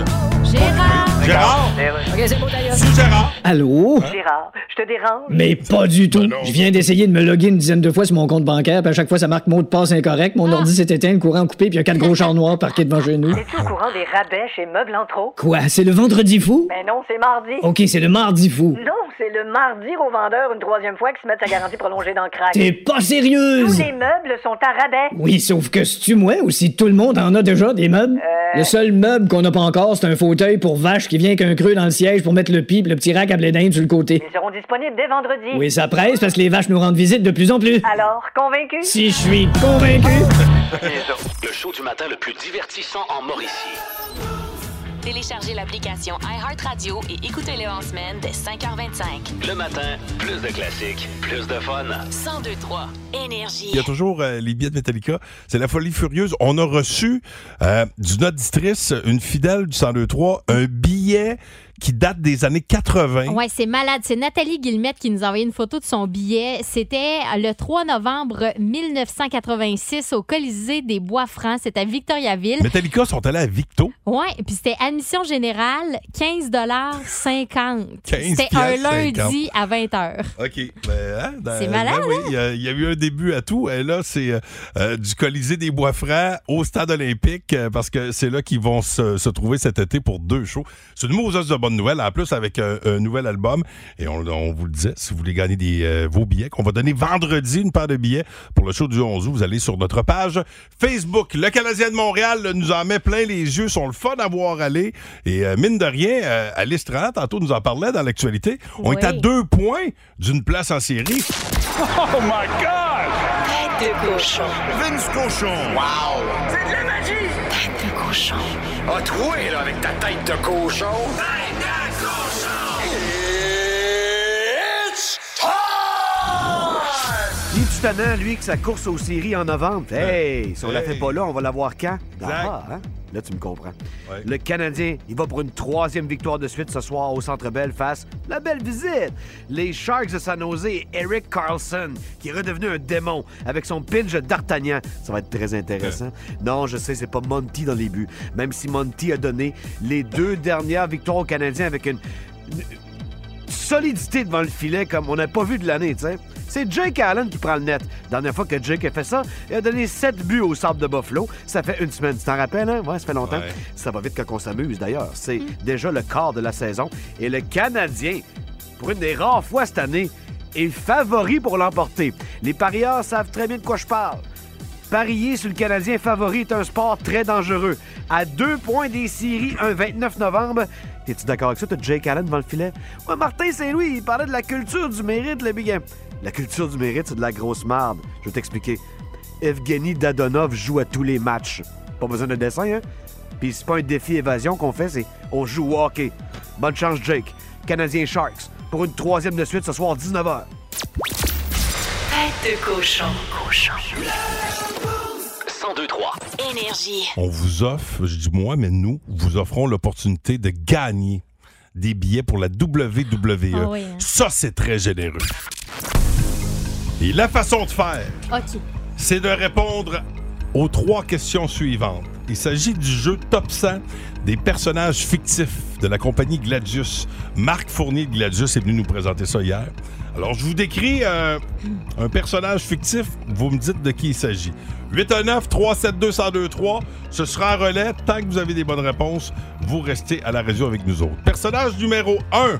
H: Gérard!
D: Gérard!
H: OK, c'est bon d'ailleurs.
E: Allô?
F: Gérard, je te dérange.
E: Mais pas du tout. Je viens d'essayer de me loguer une dizaine de fois sur mon compte bancaire, puis à chaque fois, ça marque mot de passe incorrect.
F: Ah.
E: Mon ordi s'est éteint, le courant coupé, puis il y a quatre gros chars noirs parqués devant chez nous.
F: Es-tu au courant des rabais chez Meubles en trop?
E: Quoi? C'est le vendredi fou?
F: Ben Mm. non, c'est mardi.
E: OK, c'est le mardi fou.
F: Non, c'est le mardi aux vendeurs une troisième fois qu'ils se mettent sa garantie prolongée dans le crack.
E: T'es pas sérieuse?
F: Tous les meubles sont à rabais.
E: Oui, sauf que si tu moi ou si tout le monde en a déjà des meubles.
F: Euh.
E: Le seul meuble qu'on n'a pas encore, c'est un fauteuil pour vache qui vient qu'un creux dans le siège pour mettre le pied puis le petit rack à blé d'Inde sur le côté.
F: Ils seront disponibles dès vendredi.
E: Oui, ça presse parce que les vaches nous rendent visite de plus en plus.
F: Alors, convaincu?
E: Si je suis convaincu.
B: Le show du matin le plus divertissant en Mauricie.
A: Téléchargez l'application iHeartRadio et écoutez-le en semaine dès 5h25.
B: Le matin, plus de classiques, plus de fun.
A: 1023 Énergie.
D: Il y a toujours euh, les billets de Metallica. C'est la folie furieuse. On a reçu euh, d'une auditrice, une fidèle du 1023, un billet qui date des années 80.
H: Ah Ouais, c'est malade. C'est Nathalie Guillemette qui nous a envoyé une photo de son billet. C'était le 3 novembre 1986 au Colisée des Bois-Francs. C'est à Victoriaville.
D: Metallica sont allés à Victo.
H: Ouais, et puis c'était admission générale 15 50.
D: 15
H: C'était un
D: 50.
H: lundi à 20h.
D: OK. ben, hein, dans-
H: C'est malade,
D: ben oui, il y a- il y, a eu un début à tout. Et là, c'est euh, euh, du Colisée des Bois-Francs au Stade olympique euh, parce que c'est là qu'ils vont se, se trouver cet été pour deux shows. C'est une mauvaise de bonnes nouvelles. En plus, avec un, un nouvel album. Et on, on vous le disait, si vous voulez gagner des, euh, vos billets, qu'on va donner vendredi une paire de billets pour le show du 11 août, vous allez sur notre page Facebook. Le Canadien de Montréal là, nous en met plein les yeux. sont le fun à voir aller. Et euh, mine de rien, euh, Alice Tran, tantôt, nous en parlait dans l'actualité. On
O: Oui.
D: est à deux points d'une place en série.
O: Oh my God!
A: Tête de cochon.
O: Vince cochon. Wow! C'est de la magie! Tête de cochon. A troué, là, avec ta tête de cochon. Tête de cochon! It's time!
R: Il est tannant, lui, que sa course aux séries en novembre. Hey, si on la fait pas là, on va la voir quand? Dans
O: Exact.
R: Ah, hein? Là, tu me comprends. Le Canadien, il va pour une troisième victoire de suite ce soir au Centre Bell face la belle visite. Les Sharks de San Jose et Eric Carlson, qui est redevenu un démon avec son pinch d'Artagnan. Ça va être très intéressant. Non, je sais, c'est pas Monty dans les buts. Même si Monty a donné les deux dernières victoires au Canadien avec une- une solidité devant le filet comme on n'a pas vu de l'année, tu sais. C'est Jake Allen qui prend le net. Dernière fois que Jake a fait ça, il a donné 7 buts au Sable de Buffalo. Ça fait une semaine. Tu t'en rappelles, hein? Ouais, ça fait longtemps. Ça va vite quand on s'amuse, d'ailleurs. C'est déjà le quart de la saison. Et le Canadien, pour une des rares fois cette année, est favori pour l'emporter. Les parieurs savent très bien de quoi je parle. Parier sur le Canadien favori est un sport très dangereux. À deux points des séries, un 29 novembre. T'es-tu d'accord avec ça? T'as Jake Allen devant le filet? Ouais, Martin Saint-Louis, il parlait de la culture du mérite, le big game. La culture du mérite, c'est de la grosse marde. Je vais t'expliquer. Evgeny Dadonov joue à tous les matchs. Pas besoin de dessin, hein? Puis c'est pas un défi évasion qu'on fait, c'est on joue au hockey. Bonne chance, Jake. Canadien Sharks, pour une troisième de suite ce soir, 19h.
A: Tête de cochon. Cochon.
B: 1023
A: Énergie.
D: On vous offre, je dis moi, mais nous, vous offrons l'opportunité de gagner des billets pour la WWE.
H: Ah oui, hein.
D: Ça, c'est très généreux. Et la façon de faire,
H: OK.
D: c'est de répondre aux trois questions suivantes. Il s'agit du jeu Top 100 des personnages fictifs de la compagnie Gladius. Marc Fournier de Gladius est venu nous présenter ça hier. Alors, je vous décris euh, un personnage fictif. Vous me dites de qui il s'agit. 819-372-1023. Ce sera un relais. Tant que vous avez des bonnes réponses, vous restez à la radio avec nous autres. Personnage numéro 1.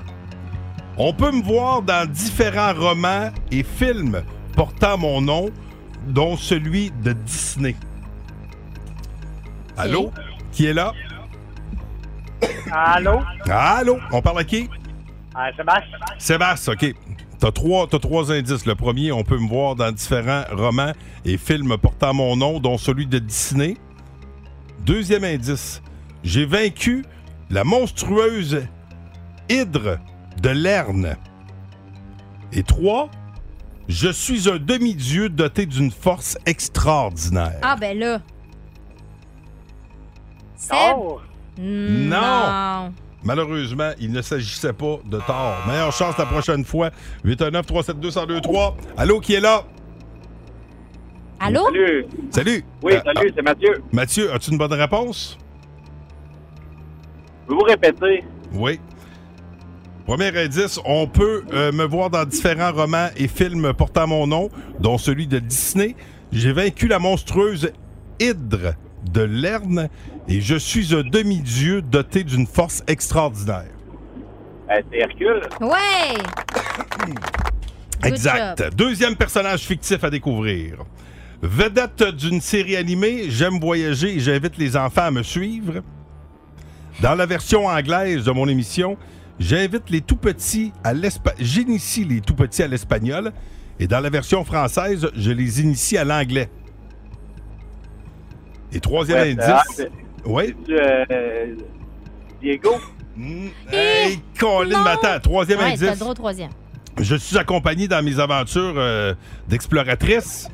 D: On peut me voir dans différents romans et films portant mon nom, dont celui de Disney. Allô? Qui est là?
Q: Allô?
D: Allô? On parle à qui?
Q: Ah, Sébastien?
D: Sébastien, OK. T'as trois, t'as trois indices. Le premier, on peut me voir dans différents romans et films portant mon nom, dont celui de Disney. Deuxième indice, j'ai vaincu la monstrueuse hydre de Lerne. Et trois, je suis un demi-dieu doté d'une force extraordinaire.
H: Ah, ben là. Seb? Mm,
D: Non. Malheureusement, il ne s'agissait pas de tort. Meilleure chance la prochaine fois. 819 372 1023 Allô, qui est là?
H: Allô?
D: Salut. Salut.
Q: Oui,
D: Euh,
Q: salut, c'est Mathieu.
D: Mathieu, as-tu une bonne réponse?
Q: Je vais vous répéter.
D: Oui. Premier indice, on peut euh, me voir dans différents romans et films portant mon nom, dont celui de Disney. J'ai vaincu la monstrueuse Hydre de Lerne et je suis un demi-dieu doté d'une force extraordinaire.
Q: Euh, c'est Hercule.
H: Ouais! Good
D: Exact.
H: job.
D: Deuxième personnage fictif à découvrir. Vedette d'une série animée, j'aime voyager et j'invite les enfants à me suivre. Dans la version anglaise de mon émission, j'invite les tout petits à l'espagnol. J'initie les tout petits à l'espagnol. Et dans la version française, je les initie à l'anglais. Et troisième
Q: Ouais, c'est- ah,
D: indice.
Q: c'est-
D: Oui.
Q: Tu, euh, Diego.
D: Hey, Colin, mais attends, troisième
H: Ouais,
D: indice.
H: c'est un drôle troisième.
D: Je suis accompagné dans mes aventures euh, d'exploratrice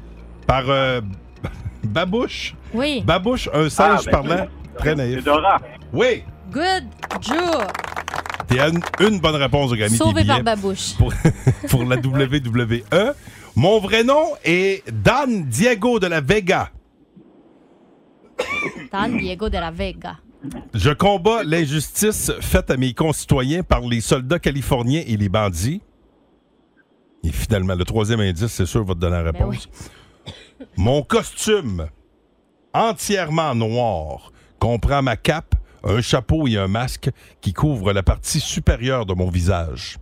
D: par euh, Babouche.
H: Oui.
D: Babouche, un singe
H: Ah, ben,
D: parlant très naïf. Oui,
H: Good job!
D: t'es à une, une bonne réponse de gagner
H: Sauvé
D: des
H: par
D: billets
H: Babouche.
D: pour, pour la WWE. Mon vrai nom est Dan Diego de la Vega.
H: Tan Diego de la Vega.
D: Je combats l'injustice faite à mes concitoyens par les soldats californiens et les bandits. Et finalement, le troisième indice, c'est sûr, va te donner la réponse. Mon costume, entièrement noir, comprend ma cape, un chapeau et un masque qui couvrent la partie supérieure de mon visage.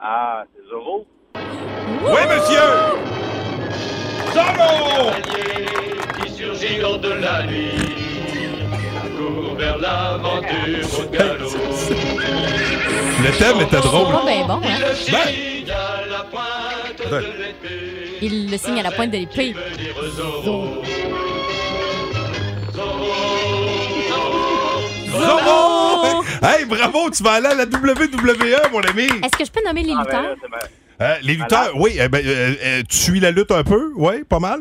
Q: Ah, c'est Zorro.
D: Oui, monsieur! Zorro!
O: Qui surgit lors de la nuit. Court vers l'aventure au galop.
D: Le thème était drôle.
H: Oh, ben bon, hein?
D: Ben- Attends.
H: Il le signe à la pointe de l'épée.
D: Zorro! Hey, bravo, tu vas aller à la WWE, mon ami!
H: Est-ce que je peux nommer
M: Ah,
H: les
Q: Ah, ben
M: ben
H: lutteurs?
D: Euh, les lutteurs, oui, eh ben, euh, euh, tu suis la lutte un peu, oui, pas mal.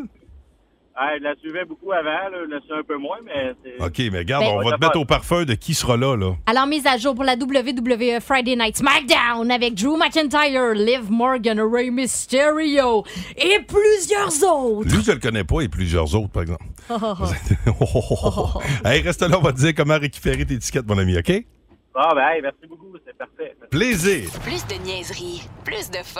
Q: Ah, je la suivais beaucoup avant, là. je la suis un peu moins, mais c'est.
D: OK, mais regarde,
H: Ben-
D: on va te mettre au parfum de qui sera là, là.
H: Alors, mise à jour pour la WWE Friday Night SmackDown avec Drew McIntyre, Liv Morgan, Rey Mysterio et plusieurs autres.
D: Lui, je le connais pas et plusieurs autres, par exemple.
H: Oh, oh, oh.
D: Oh, oh, oh, oh. Hey, reste là, on va te dire comment récupérer tes tickets, mon ami, OK?
Q: Ah, ben, hey, merci beaucoup, c'est parfait.
D: Plaisir!
A: Plus de niaiserie, plus de fun.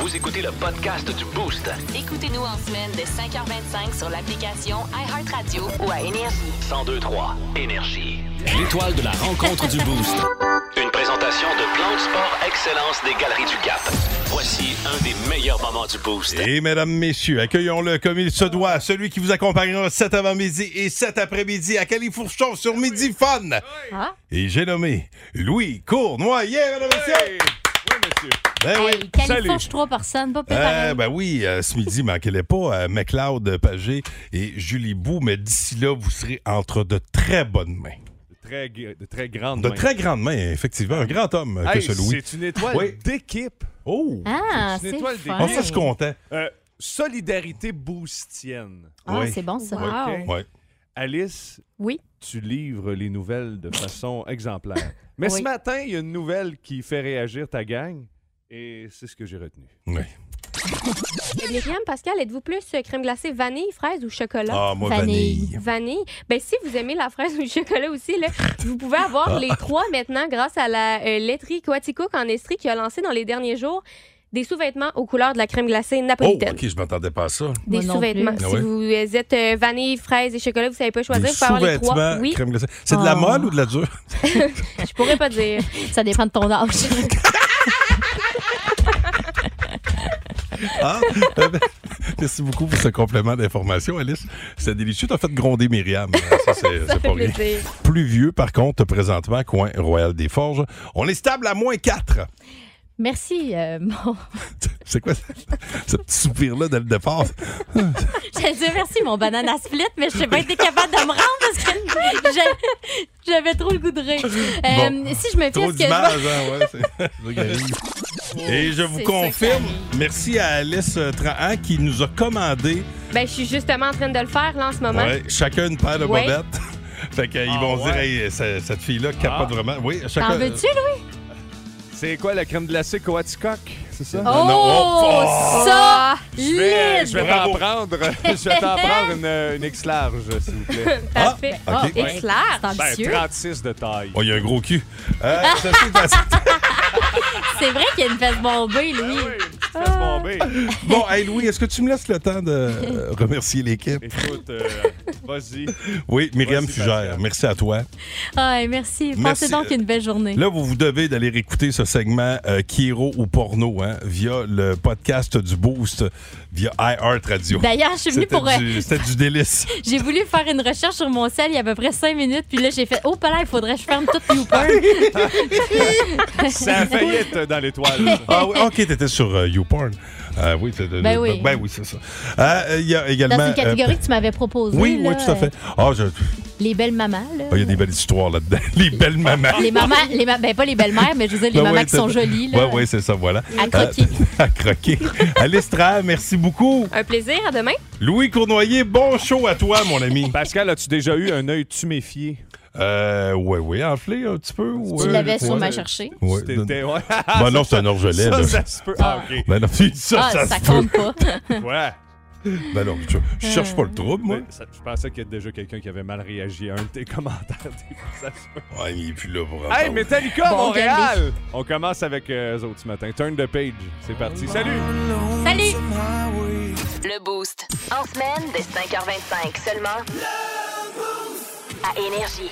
B: Vous écoutez le podcast du Boost.
A: Écoutez-nous en semaine de 5h25 sur l'application iHeartRadio ou à Énergie.
B: 1023 Énergie. L'étoile de la rencontre du Boost. Une présentation de Plan de Sport Excellence des Galeries du Cap. Voici un des meilleurs moments du Boost.
D: Et mesdames, messieurs, accueillons-le comme il se doit, celui qui vous accompagnera cet avant-midi et cet après-midi à Califourchon sur Midi Fun.
H: Ah?
D: Et j'ai nommé Louis Cournoyer, mesdames, messieurs!
S: Oui, monsieur.
D: Ben oui,
H: Hey, Californie, trois personnes, pas plus
D: Euh,
H: pareil.
D: ben oui, euh, ce midi, manquez-les pas. euh, McLeod, Pagé et Julie Bou. Mais d'ici là, vous serez entre de très bonnes mains.
S: Très, gu- de très grande
D: De
S: main.
D: très grandes mains, effectivement. Un grand homme euh,
S: Hey,
D: que ce Louis.
S: C'est une étoile
D: Oui.
S: d'équipe.
D: Oh!
H: Ah,
S: une
H: c'est
S: étoile
H: fun.
S: d'équipe.
D: Ah, ça, je suis content.
S: Euh, solidarité boostienne.
H: Ah, Oui. c'est bon, ça.
S: OK.
H: Wow.
D: Ouais.
S: Alice,
H: oui.
S: tu livres les nouvelles de façon exemplaire. Mais
H: Oui.
S: ce matin, il y a une nouvelle qui fait réagir ta gang et c'est ce que j'ai retenu.
D: Oui.
K: Myriam, Pascal, êtes-vous plus euh, crème glacée vanille, fraise ou chocolat?
S: Ah, moi, vanille.
K: Vanille. Ben, si vous aimez la fraise ou le chocolat aussi, là, vous pouvez
S: Ah.
K: avoir les trois maintenant grâce à la euh, laiterie Quaticook en Estrie qui a lancé dans les derniers jours des sous-vêtements aux couleurs de la crème glacée
D: Oh,
K: napolitaine.
D: OK, je m'attendais pas à ça.
K: Des sous-vêtements. Si
D: Ah ouais?
K: vous êtes euh, vanille, fraise et chocolat, vous savez pas choisir,
D: Des
K: vous pouvez avoir les trois.
D: sous-vêtements,
K: Oui,
D: crème glacée. C'est de la
K: Oh.
D: molle ou de la dure?
K: je pourrais pas dire.
H: Ça dépend de ton âge.
D: Ah, euh, ben, Merci beaucoup pour ce complément d'information, Alice. C'est délicieux. T'as fait gronder Myriam. Ah, Ça, c'est c'est pas rien. Plus vieux, par contre, présentement, coin Royal des Forges. On est stable à moins 4.
H: Merci, euh, mon...
D: C'est quoi ça? ce petit soupir-là dès le départ?
H: J'allais dire merci, mon banana split, mais je n'ai pas été capable de me rendre parce que j'ai- j'avais trop le goût de rire. Euh,
D: Bon.
H: si je me fie à
D: Trop
H: ce que je
D: d'images,
H: vois-
D: hein, ouais, c'est- c'est ça qui arrive. Et je vous
K: C'est
D: confirme,
K: ça
D: merci à Alice Trahan qui nous a commandé
K: Ben, je suis justement en train de le faire là en ce moment.
D: ouais, chacun une paire de
K: Ouais.
D: bobettes. fait qu'ils
S: Ah,
D: vont se dire, hey, ce- cette fille-là capote vraiment. Oui, chacun.
K: T'en veux-tu, Louis?
D: Ah
S: C'est quoi la crème glacée Coaticook? C'est ça?
D: euh, Oh, Non, oh,
H: ça!
S: Je vais,
K: Lide!
S: je vais t'en
K: Bravo.
S: prendre, je vais t'en prendre une, une X large, s'il vous plaît.
K: Parfait.
S: Ah, ok.
K: Oh, X large. C'est
S: Ben,
K: ambitieux.
S: 36 de taille.
D: Oh, il y a un gros cul. Euh, ça
H: C'est vrai qu'il y a une fesse bombée, lui.
D: bon, hey Louis, est-ce que tu me laisses le temps de euh, remercier l'équipe?
S: Écoute, euh, vas-y.
D: Oui, Myriam Fugère, merci à toi.
H: Ah, merci.
D: Merci.
H: Passez donc une belle journée.
D: Là, vous vous devez d'aller réécouter ce segment euh, Kiro ou porno hein, via le podcast du Boost, via iHeart
K: Ben,
D: Radio.
H: D'ailleurs, je suis venue
D: C'était
H: pour, euh,
D: du- C'était du délice.
H: J'ai voulu faire une recherche sur mon sel il y a à peu près 5 minutes, puis là, j'ai fait Oh, pas là, il faudrait que je ferme toute Youporn.
S: Ça a failli être dans l'étoile.
D: Ah oui, ok, t'étais sur euh, YouPorn. Euh, oui, t'étais-
H: Ben oui.
D: Ben oui, c'est ça. Euh, Il y a également.
H: Dans une catégorie
D: euh,
H: que tu m'avais proposée.
D: oui, oui,
H: là,
D: tout à fait.
H: euh,
D: Ah, je- ah,
H: les belles mamans, là.
D: il Ah, y a des belles histoires là-dedans. Les belles mamans.
H: Les mamans, les ma- ben pas les belles-mères, mais je veux dire les
D: Ben
H: mamans
D: ouais,
H: qui sont
D: t'as-
H: jolies. Là.
D: Ouais, ouais, c'est ça, voilà.
H: À croquer.
D: Euh, à croquer. Alistra, merci beaucoup.
K: Un plaisir, à demain.
D: Louis Cournoyer, bon show à toi, mon ami.
S: Pascal, as-tu déjà eu un œil tuméfié?
D: Euh, ouais, ouais, enflé un petit peu. ouais.
H: l'avais
D: Ouais.
H: sûrement cherché.
D: Ouais.
S: Tu t'étais- ouais.
D: Ben non, c'est un orgelet.
S: Ah, Ça,
D: là.
S: ça se peut. Ah, OK.
D: Ben non, ça,
H: ah, ça,
D: ça, se
H: compte
D: peut.
H: pas.
S: Ouais.
D: Ben non, je, je cherche pas le trouble, moi.
S: Mais ça- je pensais qu'il y a déjà quelqu'un qui avait mal réagi à un de tes commentaires. Ça se peut.
D: Ouais, Ah, il est plus là pour
S: Hey,
D: entendre.
S: Metallica,
D: Bon,
S: Montréal! On commence avec euh, eux autres ce matin. Turn the page. C'est
K: Oh.
S: parti. Salut!
H: Salut!
A: Le Boost. En semaine, dès 5h25 seulement. À Énergie.